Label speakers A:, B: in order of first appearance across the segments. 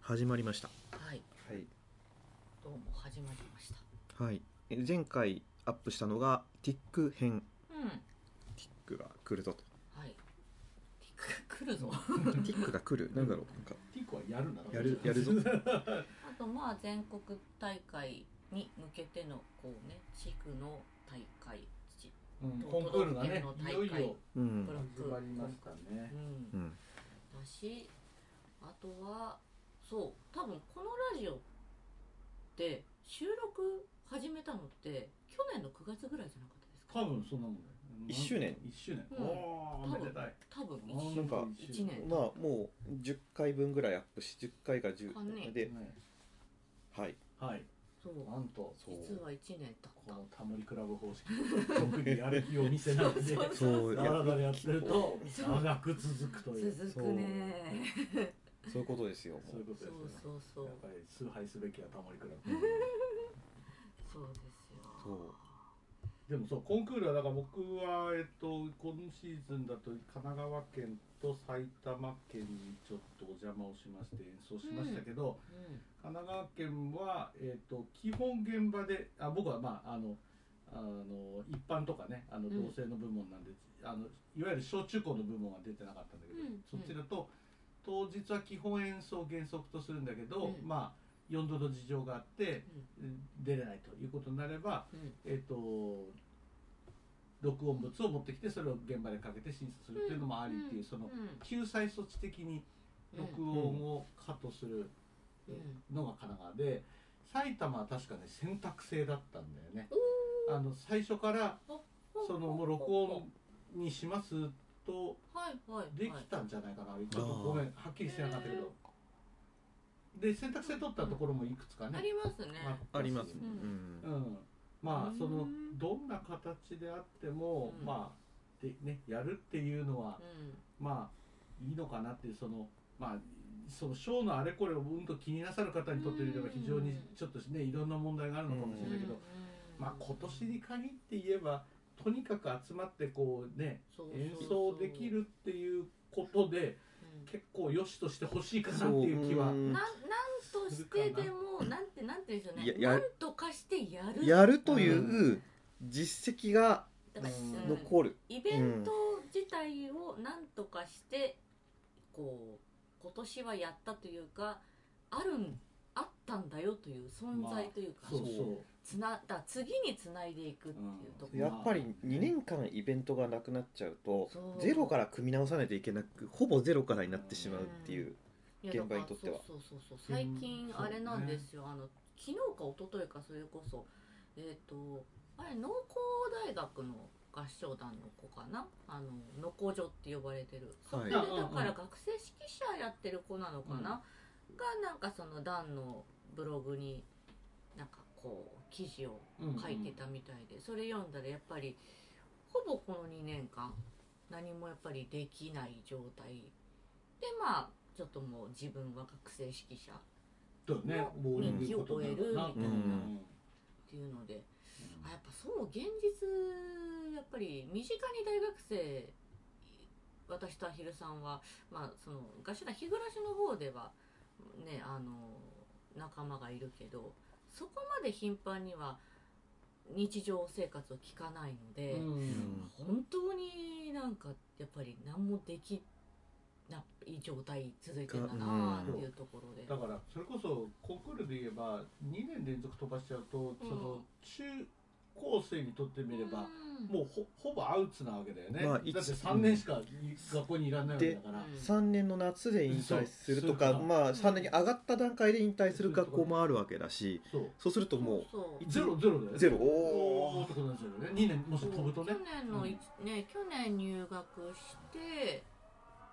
A: 始まりました
B: はい、
A: はい、
B: どうも始まりました。
A: はい、え前回アップしたのがティック編
B: うん、
A: ティックが来るぞと
B: はい。く来るぞ。
A: ティックが来るなんだろうなんか
C: ティックはやるな
A: やるやるぞ
B: あとまあ全国大会に向けてのこうね地区の大会、ち
C: うんコンクールがね
B: 都道府
C: い
B: 県の大会
C: よいよ
A: う
B: ブ
A: ん
B: ラック
C: 始まりましたね
B: うん
A: う、ん
B: だし、あとはそう多分このラジオって収録始めたのって去年の9月ぐらいじゃなかったですか。
C: 多分そんなもんだよ
A: 一周年
C: 一周年
B: うん
C: おー
B: 多分多分一
C: あー
B: 周
A: なんか
C: 一
B: 一年
A: まあもう10回分ぐらいアップし10回が
B: あね
A: 10で、
C: ね
A: はい
C: はい
B: そう
C: なんと
A: そう
B: 実は一年経っ
C: こ
B: た。
C: のタモリクラブ方式特にやる気を見せないで
B: そう
A: そうい
C: だ
A: や
C: らだらやってると
B: そう
C: 長く続くという
B: 続くね。
A: そういうことですよも
C: そういうことです
B: そう
C: よね
B: そうそう
C: やっぱり崇拝すべきはタモリクラ
A: う
C: ブ
A: うん
B: そうですよ
A: そう
C: でもそうコンクールはだから僕はえっと今シーズンだと神奈川県と埼玉県にちょっとお邪魔をしまして演奏しましたけど、
B: うん
C: 神奈川県は、えー、と基本現場であ僕は、まあ、あのあの一般とかねあの
B: うん
C: 同性の部門なんで、あのいわゆる小中高の部門は出てなかったんだけど、
B: うん
C: そっちだと当日は基本演奏を原則とするんだけど、
B: うん
C: まあ4度の事情があって出れないということになれば、
B: うん
C: えー、と録音物を持ってきてそれを現場でかけて審査するっていうのもありっていう、その
B: うん
C: 救済措置的に録音をカットするのが神奈川で埼玉は確かね選択制だったんだよねあの最初からそのもう録音にしますと
B: はいはいはい
C: できたんじゃないかな、ちょっとごめんはっきりしてなかったけどで選択制取ったところもいくつか
B: あ
C: ね、
B: りますね
A: あります、
C: う
A: うんん
C: うん、ま
B: う
C: あ
B: ん
C: そのどんな形であっても、
B: うん
C: まあでねやるっていうのは
B: う
C: まあいいのかなっていうそのまあそのショーのあれこれをうんと気になさる方にとってみれば非常にちょっとねいろんな問題があるのかもしれ
B: ん
C: ないけど、
B: うん
C: まあ今年に限って言えばとにかく集まってこうね
B: そうそう
C: 演
B: そう
C: 奏できるっていうことで
B: うん
C: 結構良しとしてほしいかなっていう気は
A: ん
B: なんなんとしてでもなんてなんていうんでしょうね
A: いやや
B: な
A: る
B: んとかしてやる
A: やるという実績が
B: だから
C: うん
B: うん
A: 残る、
B: イベント自体をなんとかしてこう今年はやったというかあるんあったんだよという存在というか、
C: そうそう
B: つなだ次につないでいくっていうとこ
C: うん
B: ろ、
A: やっぱり2年間イベントがなくなっちゃうと
B: そう
A: ゼロから組み直さないといけなくほぼゼロからになってしまうっていう、
B: いやだから
A: 現場にとっては
B: そうそうそうそう最
C: う
B: 近
C: ん
B: あれなんですよ、あの昨日か一昨日かそれこそえっ、とあれ農工大学の合唱団の子かなあの農工所って呼ばれてる、
A: はい
B: そこ
C: う
B: で
C: んうんう
B: だ
C: ん
B: から学生指揮者やってる子なのかな、がなんかその団のブログになんかこう記事を
C: うん
B: 書いてたみたいで、それ読んだらやっぱりほぼこの2年間何もやっぱりできない状態でまあちょっともう自分は学生指揮者っ
C: だよねボーリング
B: 息を
C: ことだろう
B: 覚える
A: たい
B: み
A: な
C: うん
B: ていうので
C: うん
B: あやっぱそう現実やっぱり身近に大学生私とアヒルさんは、まあ、その合唱団日暮らしの方ではねあの仲間がいるけどそこまで頻繁には日常生活を聞かないので。
C: うん
B: 本当になんかやっぱり何もできない状態続いてんだなあっていうところで、
C: だからそれこそコンクールで言えば2年連続飛ばしちゃうと、
B: うん
C: その中高生にとってみれば、
B: うん
C: もうほほぼアウツなわけだよね、
A: まあ
C: だっ
A: 一
C: て3年しかい学校にいらんないわけだから、
B: うん
A: 3年の夏で引退するとか、
C: そう
A: ま
B: う
A: あ、
B: ん
A: 3年に上がった段階で引退する学校もあるわけだし
C: そう
A: そうするとも
B: そうそう
A: い
C: ゼロゼロだよね
A: ゼロ
C: お
A: おー
C: ーってことなんですよね2年もし飛ぶとね
B: 去年のい、ね去年入学して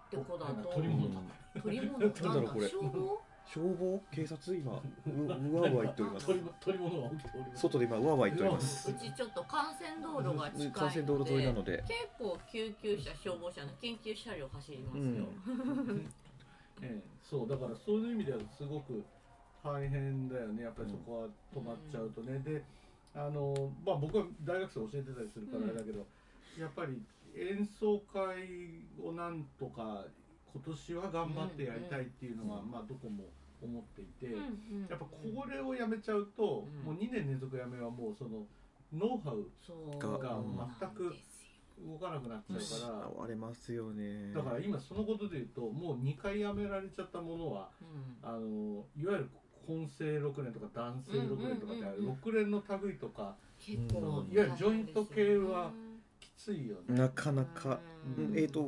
B: って子だと
C: 取り戻った
B: 取り戻った
A: なんだろうこれ
B: 消防
A: 消防警察今ううわうわ言っております
C: 取り取り物が起きております
A: 外で今うわうわ言っておりま
C: う
A: す
B: うちちょっと幹線道路が近いので
A: 幹線道路沿いなので
B: 結構救急車消防車の緊急車両走りますよ、
C: ええそうだからそういう意味ではすごく大変だよねやっぱりそこは止まっちゃうとね、であのまあ僕は大学生教えてたりするからあれだけど、やっぱり演奏会をなんとか今年は頑張ってやりたいっていうのは、
A: うん
C: まあどこも思っていて、
B: うんうん
C: やっぱこれをやめちゃうと、
B: うん
C: もう2年連続やめはもうそのノウハウ
B: そう
A: が
B: なん
C: 全
B: で
C: く
B: すよ
C: 動かなくなっちゃうから、
A: われますよね
C: だから今そのことで言うともう2回やめられちゃったものは
B: うん
C: あのいわゆる混成6年とか男性6年とかってある、
B: うんうんうんうん
C: 6年の類とか
B: 結構
A: うん
B: 大変ですよね、
A: いわゆ
C: るジョイント系はきついよね。
A: なかなか、
B: うん
A: えっ、と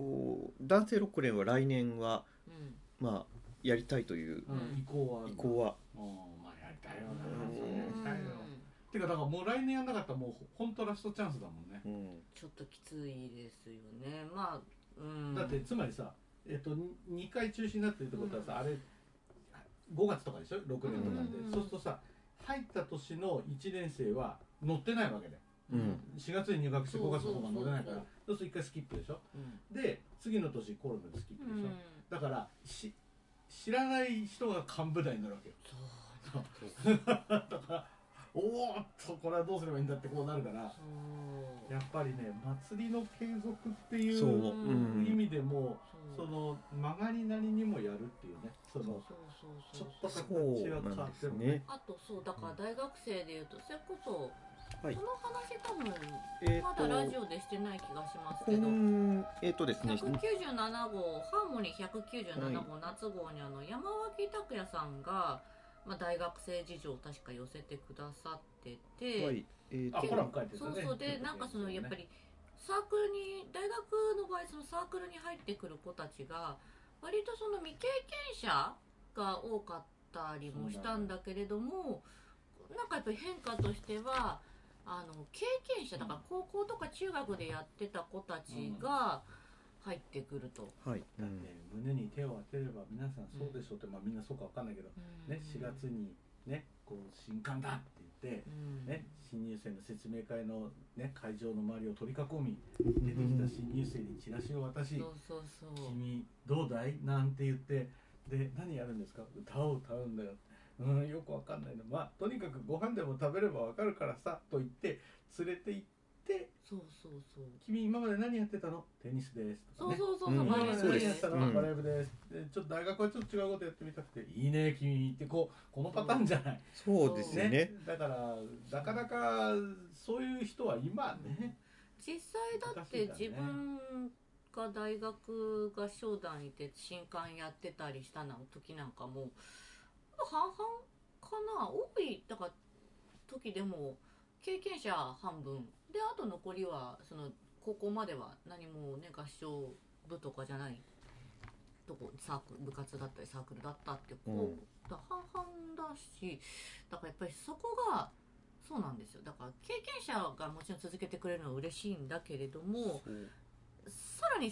A: 男性6連は来年は
B: うん
A: まあやりたいという
C: うん、移行はある
A: 意向は
C: うんまあやりたいよな
A: うん
C: それやりたいよ
B: うん
C: てかだからもう来年やんなかったらもう本当ラストチャンスだもんね、
A: うん
B: ちょっときついですよねまあうん
C: だってつまりさえっと2回中止になってるってことはさ、あれ5月とかでしょ6年とかで、
B: うん
C: そうするとさ入った年の1年生は乗ってないわけで
A: うん
C: 4月に入学して5月の方が乗れないから
B: そう
C: そうすると1回スキップでしょ
B: うん
C: で次の年コロナでスキップ
B: う
C: でしょ、
B: ん
C: だからし知らない人が幹部内になるわけよ
B: そう
C: そうだからおおっとこれはどうすればいいんだってこうなるから
B: そう
C: やっぱりね祭りの継続ってい
A: そう
C: う
A: 思う、う
C: 意
A: ん、
C: 味でも、
B: そ
C: そうの曲がりなりにもやるっていうねその
B: そう
C: ち
B: そ
C: ょ
B: う
C: っ
B: そ
C: と
A: そ
B: う
A: う
C: 形は変わ
A: なん
C: っ
A: で
C: て
A: す
C: も
A: ね
B: あとそうだから大学生でいうとそれこそ、
A: はい
B: その話多分
A: えっ、
B: まだラジ
A: と
B: オでしてない気がします
A: こ
B: けど、
A: んえっ、とですね
B: 197号ハーモニー197号、夏号にあの山脇拓也さんが、まあ、大学生事情を確か寄せてくださってて、
A: はいえっ、
C: あ
A: と
C: コラム書いてた
B: そ
C: ね
B: うそうでなんかそのやっぱりサークルに大学の場合そのサークルに入ってくる子たちが割とその未経験者が多かったりもしたんだけれども、なんかやっぱり変化としてはあの経験者だから高校とか中学でやってた子たちが入ってくると。
A: はい、う
C: だっ
A: ん
C: て胸に手を当てれば皆さんそうでしょうって、まあみんなそうかわかんないけどね4月にねこう新刊だって言って。
B: うん
C: ね、新入生の説明会の、ね、会場の周りを取り囲み出てきた新入生にチラシを渡し、
B: そうそうそう
C: 君どうだいなんて言ってで何やるんですか歌を歌うんだようんよくわかんないのまあとにかくご飯でも食べればわかるからさと言って連れて行って
B: そうそうそう
C: 君今まで何やってたのテニスですと
B: そ
C: か
B: う
A: う
B: そうそう
C: ね
B: そうんバレ
C: 今ま
B: エ
C: で
A: そうで
C: 何やっ
A: す
C: た
A: う
C: の
A: ん
C: バレー部です、でちょっと大学はちょっと違うことやってみたくていいね君ってこうこのパターンじゃない、
A: そうですよね
C: ねだからなかなかそういう人は今ね、
B: 実際だって自分が大学が商談いて新刊やってたりしたの時なんかも半々かな多いだから時でも経験者半分であと残りはその高校までは何もね合唱部とかじゃないとこサークル部活だったりサークルだったってこう、
A: うん
B: だ半々だしだからやっぱりそこがそうなんですよだから経験者がもちろん続けてくれるのは嬉しいんだけれども
A: そう
B: さらに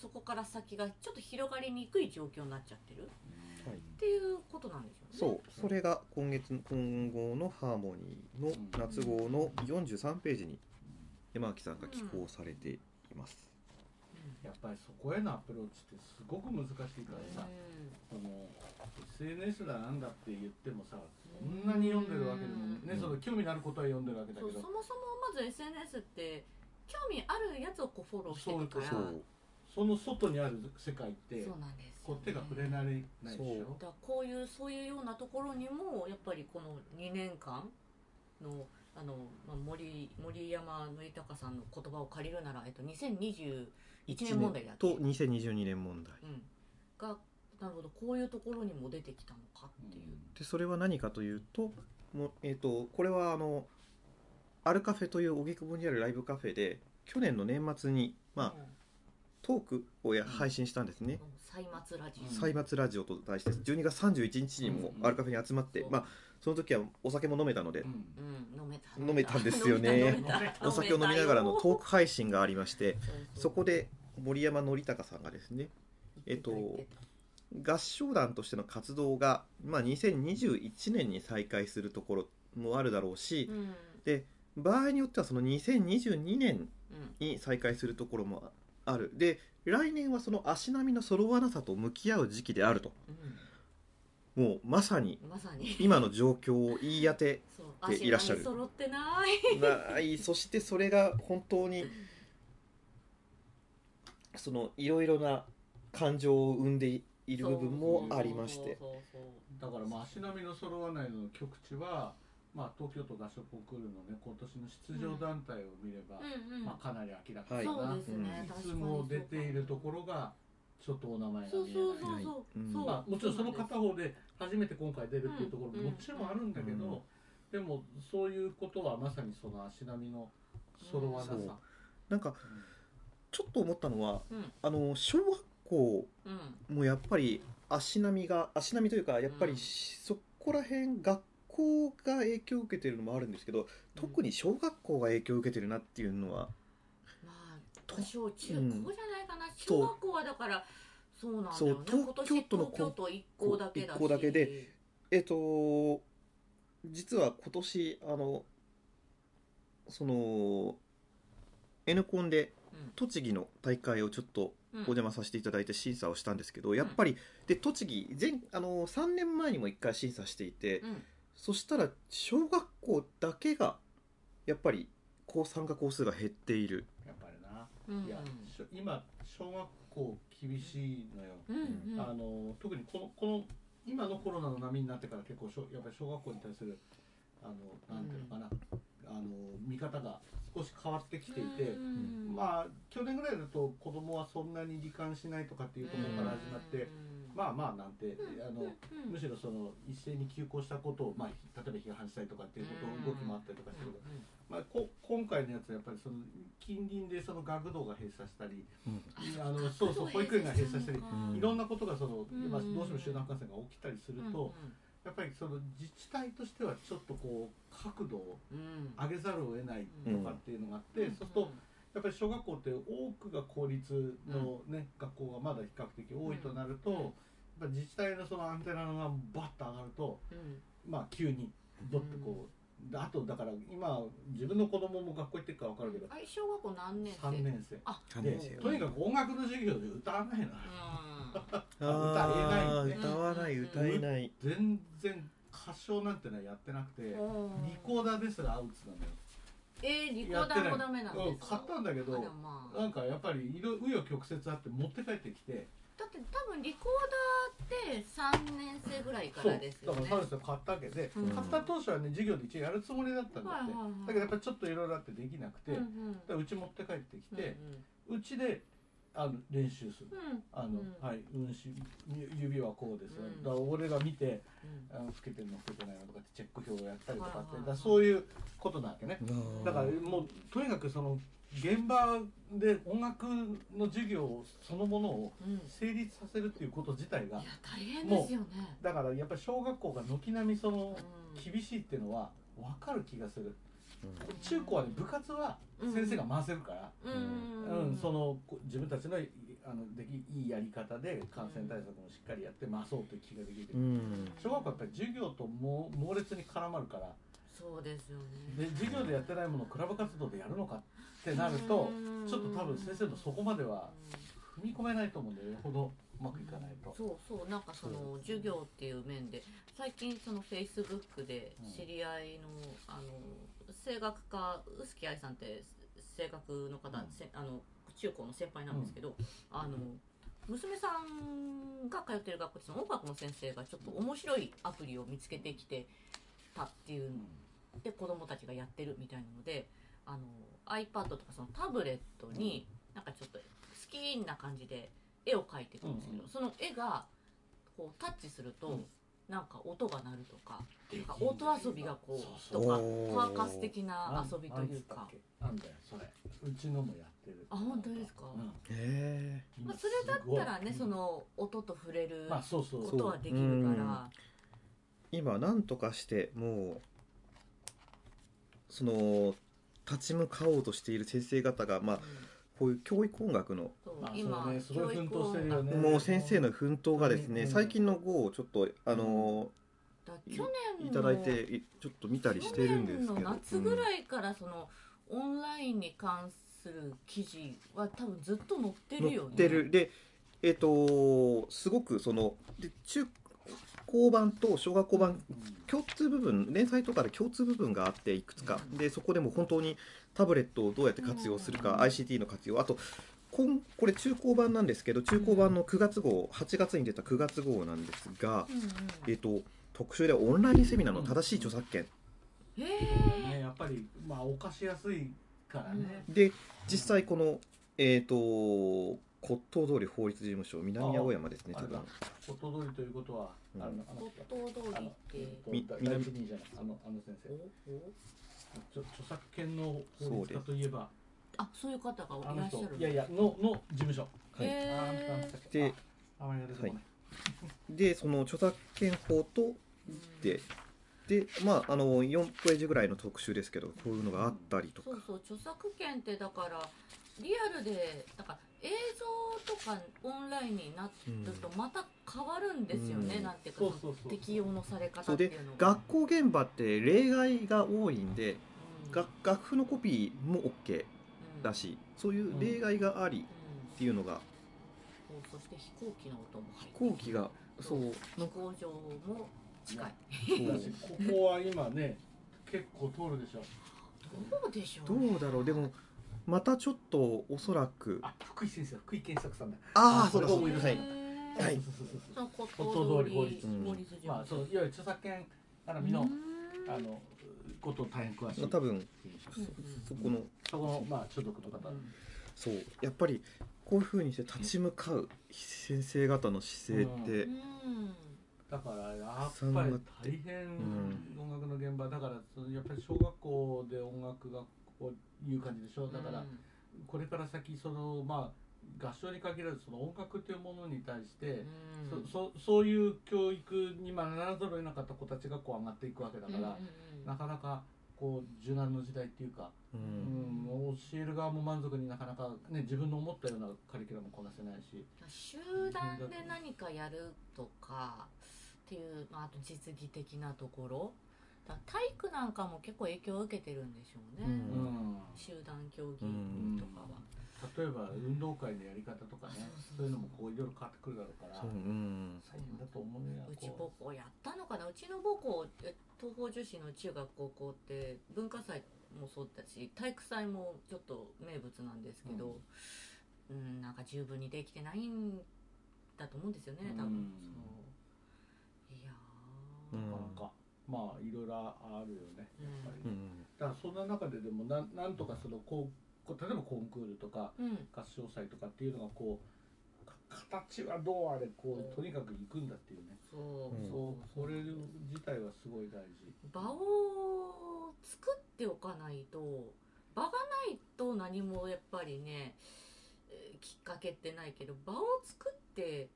B: そこから先がちょっと広がりにくい状況になっちゃってるっ
A: はい
B: ていうことなんでしょうね。
A: そうそれが今月の今後のハーモニーの夏号の43ページに山脇さんが寄稿されています。
C: やっぱりそこへのアプローチってすごく難しいからさ、その SNS だなんだって言ってもさそんなに読んでるわけでもね、
A: うん
C: その興味のあることは読んでるわけだ
B: そ
C: け
B: うそ
C: ど
B: もそもまず SNS って興味あるやつをこうフォローしてるから
A: そ
B: そう
C: その外にある世界って
B: うなんです
C: こ
B: よ
C: う手が触れられないでし
A: そう
C: ょ
B: だからこういうそういうようなところにもやっぱりこの2年間のあの、まあ、森森山の豊さんの言葉を借りるなら、えっと、2021年問題だっけ
A: と2022年問題
B: うん、がなるほどこういうところにも出てきたのかっていう。
C: う
A: でそれは何かというともう、えー、とこれはあのアルカフェという荻窪にあるライブカフェで去年の年末に、まあ、
B: うん
A: トークをや
C: うん
A: 配信したんですね。
B: 歳末ラジオ。
C: うん
A: 歳末ラジオと題して12月31日にもアルカフェに集まって、
B: うん
A: まあ、その時はお酒も飲めたので
C: ん
B: うん、飲めた。
A: 飲めたんですよね
B: 飲めた飲めた
A: お酒を飲みながらのトー
B: ク。
A: ク配信がありまして
B: う
A: そこで森山紀隆さんがですねえっと合唱団としての活動が、まあ、2021年に再開するところもあるだろうし
B: うん、うん、
A: 場合によってはその2022年に再開するところもあるで来年はその足並みの揃わなさと向き合う時期であるともうまさに
B: うんまさに。
A: 今の状況を言い当て
B: そう、
A: で
B: 足
A: いらっしゃ
B: が
A: る
B: 揃ってない。
A: ないそしてそれが本当にそのいろいろな感情を生んでいる部分もありまして
B: そうそうそう
C: だからまあ足並みの揃わないの極地は、まあ、東京都合唱コンクールのね今年の出場団体を見れば、
B: うんうん
C: まあ、かなり明らか
A: はい
C: な、
B: そう
C: い
B: ですね、確かに
C: つも出ているところがちょっとお名前が見
B: そう
C: え
B: そう
C: ない
B: そうそう
A: うん
B: そう、
C: まあ、もちろんその片方で初めて今回出るっていうところ
B: うん
C: ももちろんあるんだけど、でもそういうことはまさにその足並みの揃わなさ、
A: うんそうなんかちょっと思ったのは
B: うん
A: あの小学校
B: うん
A: もやっぱり足並みが足並みというかやっぱ
B: うん
A: りしそこら辺学校が影響を受けてるのもあるんですけど特に小学校が影響を受けてるなっていうのは
B: まあ
A: と
B: 小中
A: うん
B: 高じゃないかな、
A: そう
B: 小学校はだからそうなんだよ
A: そう
B: ね
A: 東
B: 今年
A: 京都の
B: 東京都一校だけだし
A: 一校だけでえっと実は今年あのその N コンで
B: うん
A: 栃木の大会をちょっと
B: うん
A: お邪魔させていただいて審査をしたんですけどやっぱりで栃木前あの3年前にも1回審査していて
B: うん
A: そしたら小学校だけがやっぱりこう参加校数が減っている
C: やっぱりな、
B: うん
C: いやしょ今小学校厳しいのよ、
B: うんうん
C: あの特にこのこの今のコロナの波になってから結構小やっぱり小学校に対するあのなんていうのかな、あの見方が少し変わってきていて、
B: うん
C: まあ去年ぐらいだと子供はそんなに罹患しないとかっていうところから始まって、
B: うん
C: まあまあなんて
B: うん
C: あ
B: うん
C: の
B: うん
C: むしろその一斉に休校したことを、まあ、例えば批判したりとかっていうこと動きもあったりとかしてるけど、まあ、こ今回のやつはやっぱりその近隣でその学童が閉鎖したりあのそうそう保育園が閉鎖したり
A: うん
C: いろんなことがそ
B: う
C: の、
B: ん
C: まあ、どうしても集団感染が起きたりする
B: う
C: と、やっぱりその自治体としてはちょっとこう角度を
B: んうん
C: 上げざるを得ないとかっていうのがあっ
B: うん
C: て、そうするとやっぱり小学校って多くが公立の、ね学校がまだ比較的多いとなると、
B: うん
C: やっぱ自治体のそのアンテナがバッと上がると、
B: うん
C: まあ、急にどってこう、であとだから今自分の子供も学校行ってるから分かるけど、
B: あれ小学校何年生
C: 3年生。
B: あ
A: 3
C: で
A: 年生
C: とにかく音楽の授業で歌わないの、
B: う
A: あー
C: 歌えないね
A: 歌わない
B: うん
A: 歌えない
C: 全然歌唱なんてのはやってなくて、
B: ん
C: リコーダーですらアウツなのよ
B: えーリコーダーもダメなん
C: うん
B: です
C: 買ったんだけ
B: あ
C: ど
B: らまあ
C: なんかやっぱりいろ紆余曲折あって持って帰ってきて
B: だって多分リコーダーって三年生ぐらいからですよ
C: だ
B: ね
C: からサウルスを買ったわけで、
B: うん
C: 買った当初はね授業で一応やるつもりだったんだっ
B: はいは
C: て、
B: いはい
C: だけどやっぱりちょっといろいろあってできなくて、
B: うんう
C: だか
B: ん
C: らうち持って帰ってきて、
B: う
C: うちであの練習す
B: ん
C: る。
B: うん
C: あの
B: うん
C: はい、運指指はこうです、
B: うん
C: だから俺が見て
B: うん
C: あの老けてるの老けてないのとかってチェック表をやったりとかって、
B: はいはいはい
C: だからそういうことなわけね、
A: うん
C: だからもうとにかくその現場で音楽の授業そのものを
B: うんい
C: 成立させるっていうこと自体
B: や
C: が
B: 大変ですよね
C: だからやっぱり小学校が軒並みその
B: うん
C: 厳しいっていうのは分かる気がする
A: うん
C: 中高はね部活は先生が回せるから、
B: うん
C: うんそのこ自分たちのいあのできいいやり方で感染対策もしっかりやって回そうという気ができる、
A: うん
C: 小学校はやっぱり授業とも猛烈に絡まるから
B: そうですよね
C: で授業でやってないものをクラブ活動でやるのかってなると
B: うん
C: ちょっと多分先生もそこまでは
B: うん
C: 踏み込めないと思うんでよほどうまくいかないと。
B: そうそうなんかその授業っていう面で最近そのフェイスブックで知り合いの,、あの声楽家臼木愛さんって声楽の方、
C: うん
B: せあの中高の先輩なんですけど、あの娘さんが通ってる学校にその音楽の先生がちょっと面白いアプリを見つけてきてたっていう
C: うん
B: で子供たちがやってるみたいなのであの iPad とかそのタブレットになんかちょっと好きな感じで絵を描いていくんですけど、
C: うんうん
B: その絵がこうタッチすると、
C: うん
B: なんか音が鳴るとか
C: で
B: なんか音遊びがこう
C: そうそう
B: とか
A: おー
B: パーカス的な遊びという
C: なんつったっ
B: か
C: けなんだよそれうちのもやってる
B: あ本当ですか
C: うん
A: へ
B: まあ、それだったらね
C: す
B: そ
C: ごい
B: の音と触れる
C: まあそうそう
B: ことはできるから
A: ー今なんとかしてもうその立ち向かおうとしている先生方がまあこういう教育音楽の
B: そう
C: まあそ
B: 今
C: うねすごい奮闘してるよね
A: もう先生の奮闘がです
C: う
A: ね
C: ん
A: 最近の号をちょっとあの
B: だ去年
A: い
B: の
A: ただいていちょっと見たりしてるんですけ
B: 去年
A: ど
B: の夏ぐらいからその、オンラインに関する記事は多分ずっと載ってるよね
A: 載ってるでえっとすごくそので中高版と小学校版
C: うん
A: 共通部分連載とかで共通部分があっていくつかでそこでも本当にタブレットをどうやって活用するか、
C: うん
A: ICT の活用あとこんこれ中高版なんですけど中高版の9月号8月に出た9月号なんですが、
B: うんうん
A: えっと特集ではオンラインセミナーの正しい著作権
B: へ
C: ね、
B: え
C: やっぱりまあお貸しやすいからね、
A: で実際このえっ、と骨董通り法律事務所南青山ですね
C: ああ
A: ちょっと
C: あれおとどりということは、
A: うん
C: あのあの
B: 骨董通りって
A: み
C: み大
A: 南
C: 事にじゃないあのあの先生
B: おお
C: 著著作権の法律家といえば
B: あそういう方が
C: あ
B: いら
C: の
B: っし
C: 人
B: ゃる
C: いやいやのの事務所
A: はい
B: へ
C: あーなん
B: え
C: だっけ
A: で
C: ああまりやるとこない、
A: でその著作権法とででまああの4ページぐらいの特集ですけどこういうのがあったりと
B: そ
A: か
B: うそう著作権ってだからリアルでだから映像とかオンラインになるとまた変わるんですよね、
A: うん
B: なんていうか
C: そう
B: その
C: そうそう
B: 適用のされ方
A: そう
B: ってい
A: で
B: うのが
A: 学校現場って例外が多いんで
B: うん
A: 学楽譜のコピーも OK
B: うん
A: だしそういう例外があり
B: うん
A: っていうのが
B: そうそして飛行機の音も
A: 飛
B: 入って
A: 行機がそうな
B: 飛
A: んか
B: 行場も近い
A: そう
C: だしここは今ね結構通るでしょ
B: どうでしょうね
A: どうだろうでもまたちょっとおそらく
C: あ福井先生福井健作さんだ
A: あ
C: あ
A: あそうだ
C: そ
A: そうう
C: 思い
A: だ
C: 出
A: は
C: した
A: いは
C: そ
A: いう
C: そうそうそう
B: その骨
C: 骨
B: 董通
C: 董通
B: り
C: り法律
B: 法律事
C: まあ
B: 務所
C: そのいわゆる著作権絡み
B: う
C: の
B: ん
C: あのことを大変詳しい
A: まあ多分
B: うんうん
A: そこの
C: そこのまあ所属の方
B: うん
A: そうやっぱりこういうふうにして立ち向かう先生方の姿勢って
B: うん
C: だからやっぱり大変
A: ん
C: 音楽の現場だからそのやっぱり小学校で音楽学校いう感じでしょだから
B: う
C: これから先そのまあ合唱に限らずその音楽というものに対して
B: ん
C: そそそういう教育にまあならざるを得なかった子たちがこう上がっていくわけだから
B: うん
C: なかなかこう柔軟の時代っていうか
A: う
C: うんん教える側も満足になかなかね自分の思ったようなカリキュラムこなせないし
B: 集団で何かやるとかっていう、まあ、あと実技的なところだ体育なんかも結構影響を受けてるんでしょうね、
A: う
C: うんん
B: 集団競技
A: うん
B: とかは、
C: 例えば運動会のやり方とかね
B: あそうそうそう
C: そういうのもこういろいろ変わってくるだろうから
A: そううん
C: 大変だと思うね
B: うち母
C: こ
B: 校やったのかなうちの母校え東方女子の中学高校って文化祭もそうだし体育祭もちょっと名物なんですけど、うんなんか十分にできてないんだと思うんですよね多分、
C: うん
B: そういや
A: う
B: ー、
C: うなか
A: ん
C: なかまあいろいろあるよねやっぱり、
A: う
C: ね
A: ん
C: だからそんな中ででもなんなんとかそのこうこう例えばコンクールとか
B: うん
C: 合唱祭とかっていうのがこうか形はどうあれこうとにかく行くんだっていうね、
B: そう、
A: うん
C: そうそれ自体はすごい大事
B: 場を作っておかないと場がないと何もやっぱりねえーきっかけってないけど場を作って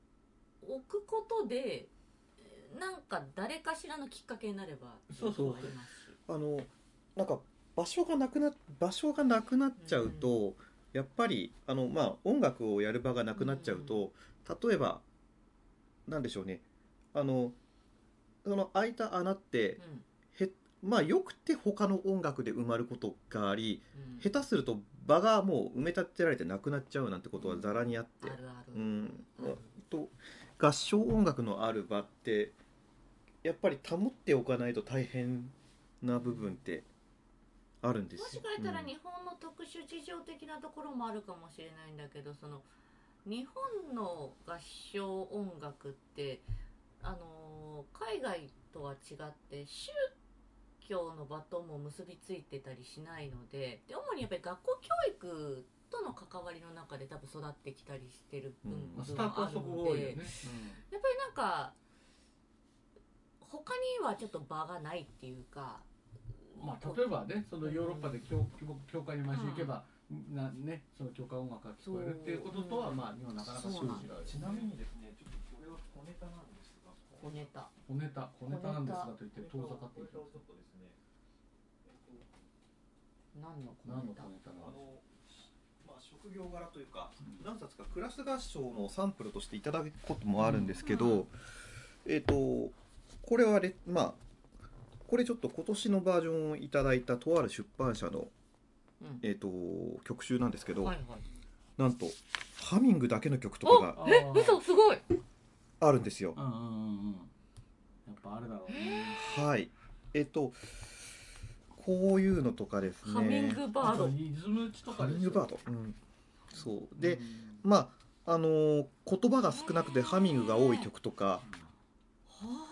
B: おくことでえーなんか誰かしらのきっかけになれば
C: そうそう
B: いいと思いますし
A: あのなんか場所がなくな場所がなくなっちゃうと、やっぱりあの、まあ、音楽をやる場がなくなっちゃうと、例えばなんでしょうねあのその空いた穴って
B: うん
A: へ、まあ、よくて他の音楽で埋まることがあり
B: うん
A: 下手すると場がもう埋め立てられてなくなっちゃうなんてことはざらにあって
B: あ、るある、
A: うん
B: うん
A: と合唱音楽のある場ってやっぱり保っておかないと大変な部分ってあるんです
B: もしかしたら日本の特殊事情的なところもあるかもしれないんだけどその日本の合唱音楽ってあのー海外とは違って宗教の場とも結びついてたりしないのでで主にやっぱり学校教育との関わりの中で多分育ってきたりしてる部
A: うん
C: ま
B: 分
C: あスタートはそこが多いよね、
B: やっぱりなんか他にはちょっと場がないっていうか
C: まあ、例えばねそのヨーロッパで教教教会に毎週行けば、なね、その教会音楽が聞こえるっていうこととは、
B: そう
C: まあ、日本なかなか
B: そうなん
C: が
D: ちなみにですね、ちょっとこれは小ネタなんですが、こ
B: 小ネタ。
C: 小ネタ小ネタなんですがと言って遠ざかってい
D: これ
C: く
D: をちょっとですね、えっと、
B: 何の小
C: 何
B: ネ
C: の
B: タ
C: 小ネタな
A: あの
C: の
A: まあ、職業柄というか何冊かクラス合唱のサンプルとしていただくこともあるんですけど、
B: うん
A: えっ、とこれはレまあこれちょっと今年のバージョンをいただいたとある出版社の、
B: うん
A: えっと曲集なんですけど、
B: はいはい
A: なんとハミングだけの曲とかが
C: え
B: 嘘すごい
A: あるんですよ
C: う。んうんうんうんやっぱあるだろうね
A: はい。えっと、こういうのとかですね。
B: ハミングバード
C: あとリズム打ちと
A: ハ
C: か
A: ミ
C: で
A: ン
C: す
A: グバ
C: よ
A: ード。うん。そうで、まああのー言葉が少なくてハミングが多い曲とか、
B: はあ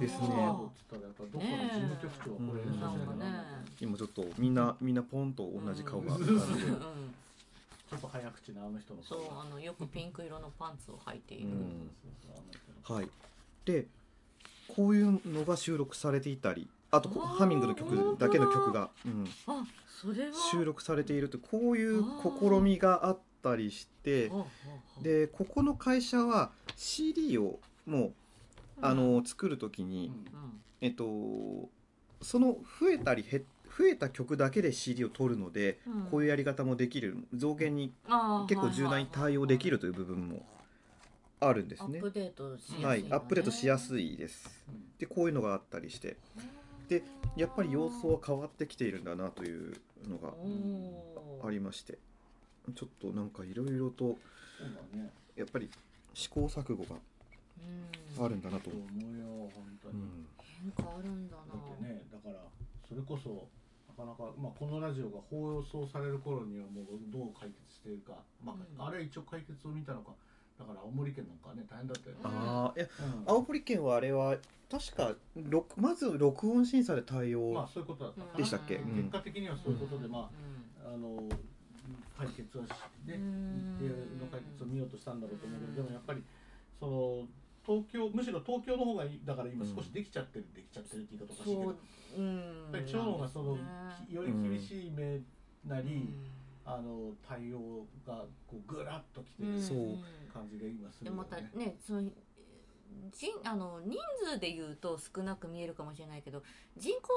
A: ですね
C: どこの事務局長はこれ
A: ねえ
C: さすがに
B: なんかね
A: 今ちょっとみんなみんなポンと同じ顔が
C: うん
A: 浮か
B: うんん
A: で
B: うん
C: ちょっと早口なあの人の
B: そう
C: 顔が
B: あのよくピンク色のパンツを履いている、
A: うん
C: そうそう
A: はい、でこういうのが収録されていたりあとこ
B: あー
A: ハミングの曲だけの曲が、うん、
B: あそれは
A: 収録されているとこういう試みがあったりして
B: はあはあ
A: でここの会社は CD をもうあ、の作る時に、
B: うん
A: えっと、その増えたり減っ増えた曲だけで CD を取るので、
B: うん
A: こういうやり方もできる増減に
B: あー
A: 結構柔軟に対応できるという部分もあるんです
B: ア
A: ね
B: ッ。プデートしやすい、
A: はい、アップデートしや
B: い
A: すいです。
C: うん
A: でこういうのがあったりしてでやっぱり様相は変わってきているんだなというのがありましてちょっとなんかいろいろと
C: そうだね
A: やっぱり試行錯誤があるんだなと
C: と
A: 思う。
C: 思うよ本当
A: う
C: に、
A: ん
B: 変化あるんだな
C: だってねだからそれこそなかなか、まあ、このラジオが放送される頃にはもうどう解決しているか、まあ
B: うん
C: あれは一応解決を見たのかだから青森県なんかはね大変だったよね、
A: あーいや
C: うん
A: 青森県はあれは確か録まず録音審査で対応、
C: まあそういうことだったかな
A: でしたっけ
C: う
A: うんん
C: 結果的にはそういうことで、ま
B: あ
C: ああの解決はして、
B: う
C: ね、
B: ん
C: 日程の解決を見ようとしたんだろうと思うけどでもやっぱりその東京むしろ東京の方がいいだから今少しできちゃってる、できちゃってるって言い方おかしいけど
B: そ
C: や
B: ううん
C: っぱり地方の方がその、きより厳しい目なり、あの対応がこうぐらっときて
B: うん
C: る
A: そう
C: 感じが今す
B: で
C: るよ
B: ま
C: ね。
B: たねその人あの人数で言うと少なく見えるかもしれないけど人口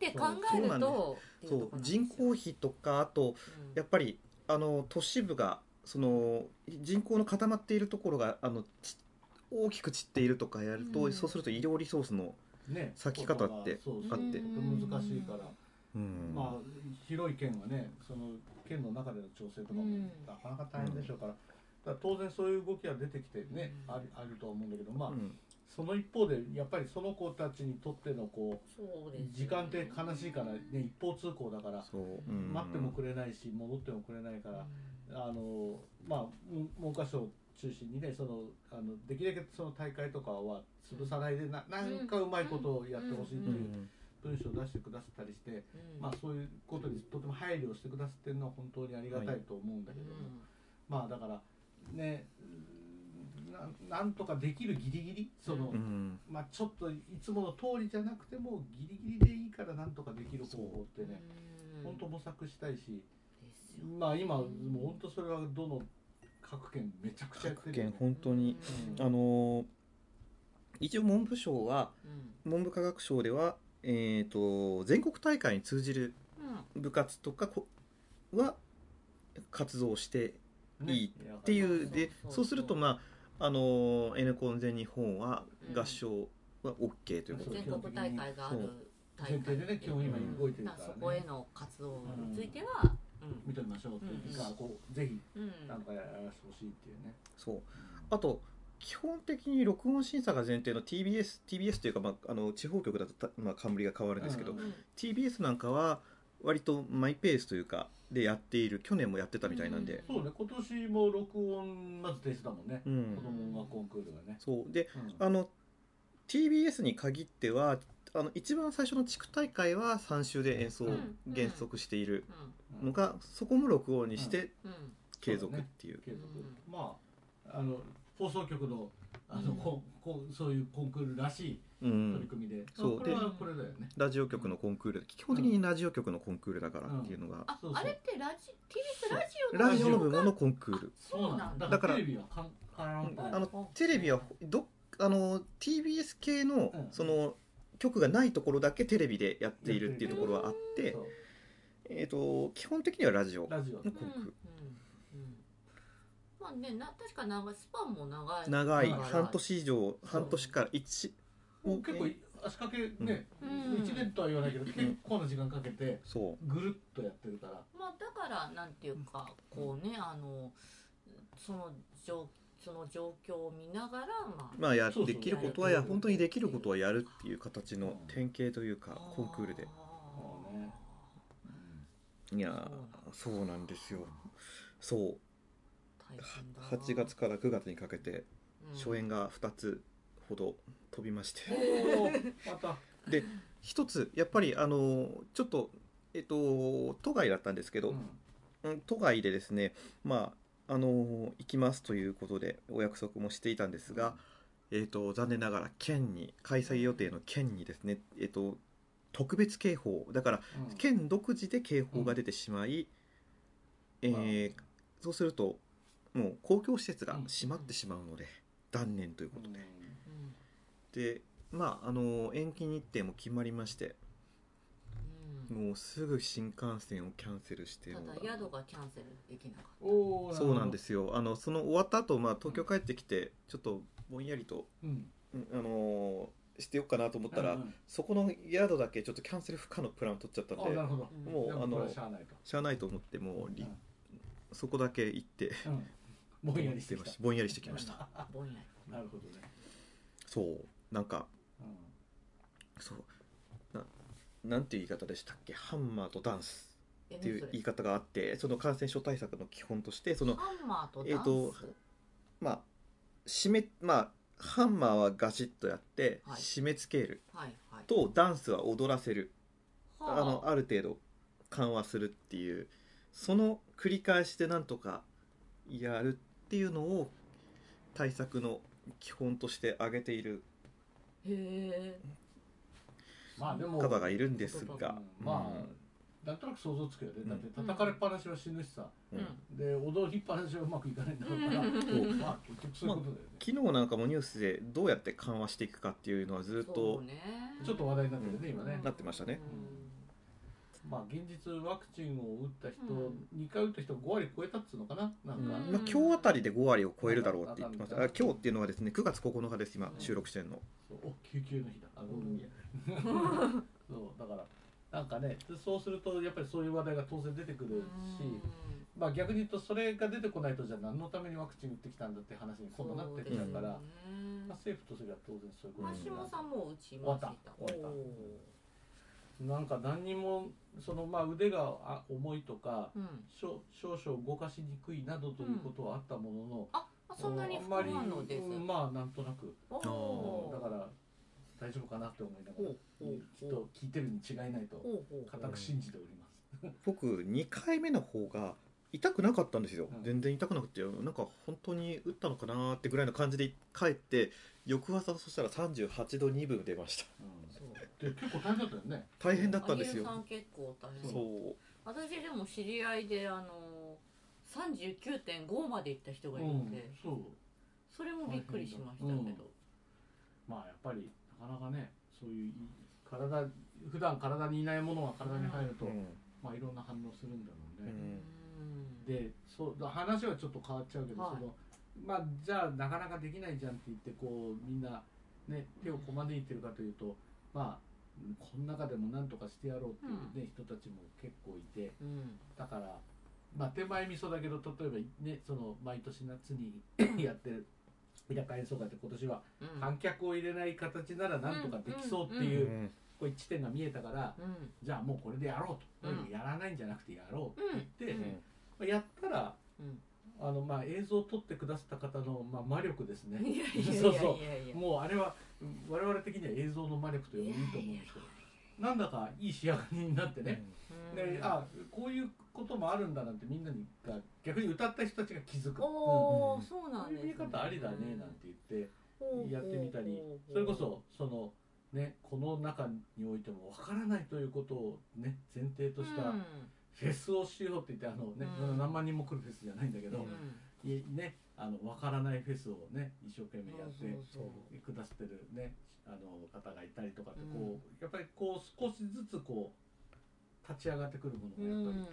B: 比で考えるとってい
A: そう
B: とこなんです
A: 人
B: よ
A: 口比とかあと
B: うん
A: やっぱりあの都市部がその人口の固まっているところがあのち大きく散っているとかやると、
B: うん
A: そうすると医療リソースの、
C: ね
A: 咲き方って
C: そう
A: あって
C: そう難しいから、
A: うん
C: まあ広い県はねその県の中での調整とかも
B: うん
C: なかなか大変でしょうから,、だから当然そういう動きは出てきてね、
B: うん
C: あるあるとは思うんだけどまあ、
A: うん
C: その一方でやっぱりその子たちにとってのこ
B: そう
C: う
B: ですよね
C: 時間って悲しいからね一方通行だから
A: そううん
C: 待ってもくれないし戻ってもくれないから。あのまあ文文科省を中心にねそのあのできるだけその大会とかは潰さないでななんかうまいことをやってほしいと
A: う
C: い
A: ん
C: う文章を出してくださったりして、
B: うん
C: まあ、そういうことにとても配慮してくださってるのは本当にありがたいと思うんだけども、まあだからねうーんななんとかできるギリギリその、
A: うん
C: まあ、ちょっといつもの通りじゃなくてもギリギリでいいからなんとかできる方法ってね、
B: うん
C: 本当模索したいし。
B: ですよ
C: まあ今もう本当それはどの各県めちゃくちゃやって
A: 各
C: るよ
A: 県
C: ね、
A: 本当に、
C: うん
A: あの一応文部省は
B: うん
A: 文部科学省では、えー、と全国大会に通じる
B: うん
A: 部活とかこは活動して
C: ね
A: いいってい
B: そうそう
A: う
B: そう
A: でそうするとまああの N コン全日本は
B: うん
A: 合唱は OK ということで、
B: 全国大会がある大
C: 前
B: 会
C: 提でね基本今動いてる
B: だ
C: か
B: から
C: ら、
B: そ
C: ね、
B: こへの活動については
C: 見てみましょうっていうか、
B: うん
C: こうぜひ
B: うんうん
C: なんかやらせてほしいっていうね、
A: そうあと基本的に録音審査が前提の TBS TBS というか、まあ、あの地方局だとた、まあ、冠が変わるんですけど、
C: うん
A: TBS なんかは割とマイペースというかでやっている去年もやってたみたいなんで、
C: そうね今年も録音まず停止だもんね、
A: うん
C: 子供音楽コンクールがね、
A: そうで
C: うん
A: あの TBS に限ってはあの一番最初の地区大会は3週で演奏を原則しているのが、そこも録音にして
B: うんうん
A: 継続っていう。
C: 継続、
B: うん
C: まああの放送局のあの、
B: うん
C: こうこうそういうコンクールらしい取り組みで、
A: そう
C: まあこれは
B: で
C: これだよね
A: ラジオ局のコンクール基本的にラジオ局のコンクールだからっていうのが、
B: あ
C: そうそう
B: あれってラジ TBS ラ
A: ラ
B: ジオ
A: ジオの
B: の
A: 部門のコンクール
B: そうなんだ
C: だか
A: だから
C: らテレビはかん絡んでない
A: あのテレビはどっあの TBS 系の
C: うん
A: その局がないところだけテレビでやっているっていうところはあって
C: そ、う
A: えー、と基本的にはラジオ
C: ラジオ
A: の
B: う
A: コ
B: ん
A: ン
B: うん
A: ク
B: うんまあねな確か長いスパンも長
A: ー
B: い
A: ル長い
C: うん
A: 半年以上半年から1
C: もう結構足掛けね、
B: うん
C: 一年とは言わないけど結構な時間かけて
A: そう
C: ぐるっとやってるから
B: まあだからなんていうかこうねあのその状その状況を見ながらまあ
A: まあや
C: そうそう
A: できることは
C: や
A: や
C: る
A: 本当にできることはやるっていう形
C: うん
A: の典型というかコンクールで
B: あー
A: いやーそうなんですよそう
B: 大変だな
A: 8月から9月にかけて初演が2つほど飛びまして、
C: おおまた
A: 一つやっぱりあのちょっとえっと都外だったんですけど、うん都外でですねまああの行きますということでお約束もしていたんですが、えっと残念ながら県に開催予定の県にですねえっと特別警報だから県独自で警報が出てしまい、えーそうするともう公共施設が閉まってしまうので、断念ということで、
B: うん
A: でまああの延期日程も決まりまして
B: うん
A: もうすぐ新幹線をキャンセルして
B: ただ宿がキャンセルできなかった
C: おお、
A: そうなんですすよあのその終わった後、まあ東京帰ってきてちょっとぼんやりと、
C: うん、
A: うんあのーしてよっかなと思ったら、
C: うん
A: そこの宿だけちょっとキャンセル不可のプランを取っちゃった
C: あなんる
A: で
C: ほど
B: うん
A: もう
C: でも
A: あの
C: これはしゃあないか
A: しゃあないと思ってもうり、
C: う
A: そこだけ行って
C: んうん、ぼんやりしてき
A: ま
C: た
A: したぼんやりしてきました
B: ぼんやり
C: なるほどね、
A: そうなんか
C: うん
A: そうななんていう言い方でしたっけハンマーとダンス
B: え
A: っていう言い方があってその感染症対策の基本としてそ
B: 何
A: の
B: それハンマーとダンス、
A: えーとまあ締めまあハンマーはガシッとやって
B: はい
A: 締め付ける
B: はいはい
A: とダンスは踊らせる
B: は
A: あの
B: あ
A: ある程度緩和するっていうその繰り返しでなんとかやるっていうのを対策の基本として挙げている
B: へえ
C: まあでも
A: 方がいるんですが
C: うんまあ、なんとなく想像つくよねだって叩かれっぱなしは死ぬしさ、
A: うん
C: で踊りっぱなしはうまくいかないんだろうから、
A: う
C: まあ結局そういうことだよね、
A: 昨日なんかもニュースでどうやって緩和していくかっていうのはずっ
B: そ
A: と
B: うね
C: ちょっと話題になってるね、今ね
A: なってましたね
C: まあ現実ワクチンを打った人、二2回打った人5割超えたっつうのかななん
B: う
C: か、
B: ん
A: まあ、今日あたりで5割を超えるだろうって言ってました
C: うん
A: あ今日っていうのはですね9月9日です今収録してるの
C: そうお救急の日だあの、うん、 そうだからなんかねそうするとやっぱりそういう話題が当然出てくるし、まあ逆に言うとそれが出てこないとじゃあ何のためにワクチン打ってきたんだって話に今度なってきちゃうから、まあ、政府とすれば当然そういうこと
B: マ
C: に
B: シモ
C: な
B: さんもう打ち
C: 終わ
B: ま
C: っ
B: したた
C: 終わっ
B: お
C: た
B: ー
C: なんか何にもそのまあ腕があ重いとか
B: うん
C: 少少々動かしにくいなどということはあったものの、
B: ああそんなに
C: あん
B: 副
C: まり
B: 反応です
C: うんまあなんとなく
B: お
A: お
C: だ
B: お
C: から大丈夫かなって思いなが
B: お
C: らきっと聞いてるに違いないと
B: おお
C: 固く信じております。
A: 僕2回目の方が痛くなかったんですよ、
C: うん
A: 全然痛くなくてなんか本当に打ったのかなーってぐらいの感じで帰って翌朝そしたら38度2分出ました
C: うん
B: そう
C: で結構大変だったよね。
A: 大変だった
B: ア
A: ん
B: ヒ
A: で
B: ル
A: すよ
B: さん結構大変
A: そう
B: 私でも知り合いであの39.5まで行った人がいるんで、
C: うんそう
B: それもびっくりしましたけど、
C: まあやっぱりなかなかねそういうい体普段体にいないものが体に入ると、
A: うん
C: まあいろんな反応するんだろうね。
A: うん
B: うん
C: でそう話はちょっと変わっちゃうけど、
B: はい
C: そのまあじゃあなかなかできないじゃんって言ってこうみんな、ね、手をこまねいてるかというとまあこの中でもなんとかしてやろうっていう、ね人たちも結構いて
B: うん
C: だから、まあ、手前味噌だけど例えば、ね、その毎年夏に やってる田舎演奏会って今年は
B: うん
C: 観客を入れない形ならなんとかできそうって
A: う
C: いうんこう一致点が見えたから
B: うん
C: じゃあもうこれでやろうと、
B: うん
C: やらないんじゃなくてやろうって言って
B: う、ん
C: まあやったら
B: うん
C: あのまあ映像を撮ってくださった方のまあ魔力ですね。
B: いやいやいやいやいや
C: そうそもうあれはうん我々的には映像の魔力と呼んでいいと思うんですけど、なんだかいい仕上がりになってね。
B: うん
C: で、あこういうこともあるんだなんてみんなにが逆に歌った人たちが気づく。うん
B: おお、
A: うん
B: そう
C: こ
B: なん
C: うい
B: です、
C: う見え方ありだねなんて言ってやってみたり
B: ほうほうほうほう
C: それこそそのねこの中においてもわからないということをね前提とした
B: うん
C: フェスをしようって言ってあのね
B: うん
C: 何万人も来るフェスじゃないんだけど
A: う
B: うん
C: いね、あのわからないフェスをね一生懸命やっ
B: そう
C: て
B: そう
C: くださってるねあの方がいたりとかって
B: うん
C: こう、やっぱりこう少しずつこう立ち上がってくるも
B: そうう
C: のがやっぱ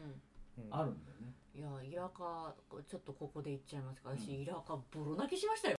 C: り
B: ん
C: あるんだよね。
B: いやイラカちょっとここで言っちゃいますか
C: うん
B: 私、イラカボロ泣きしましたよ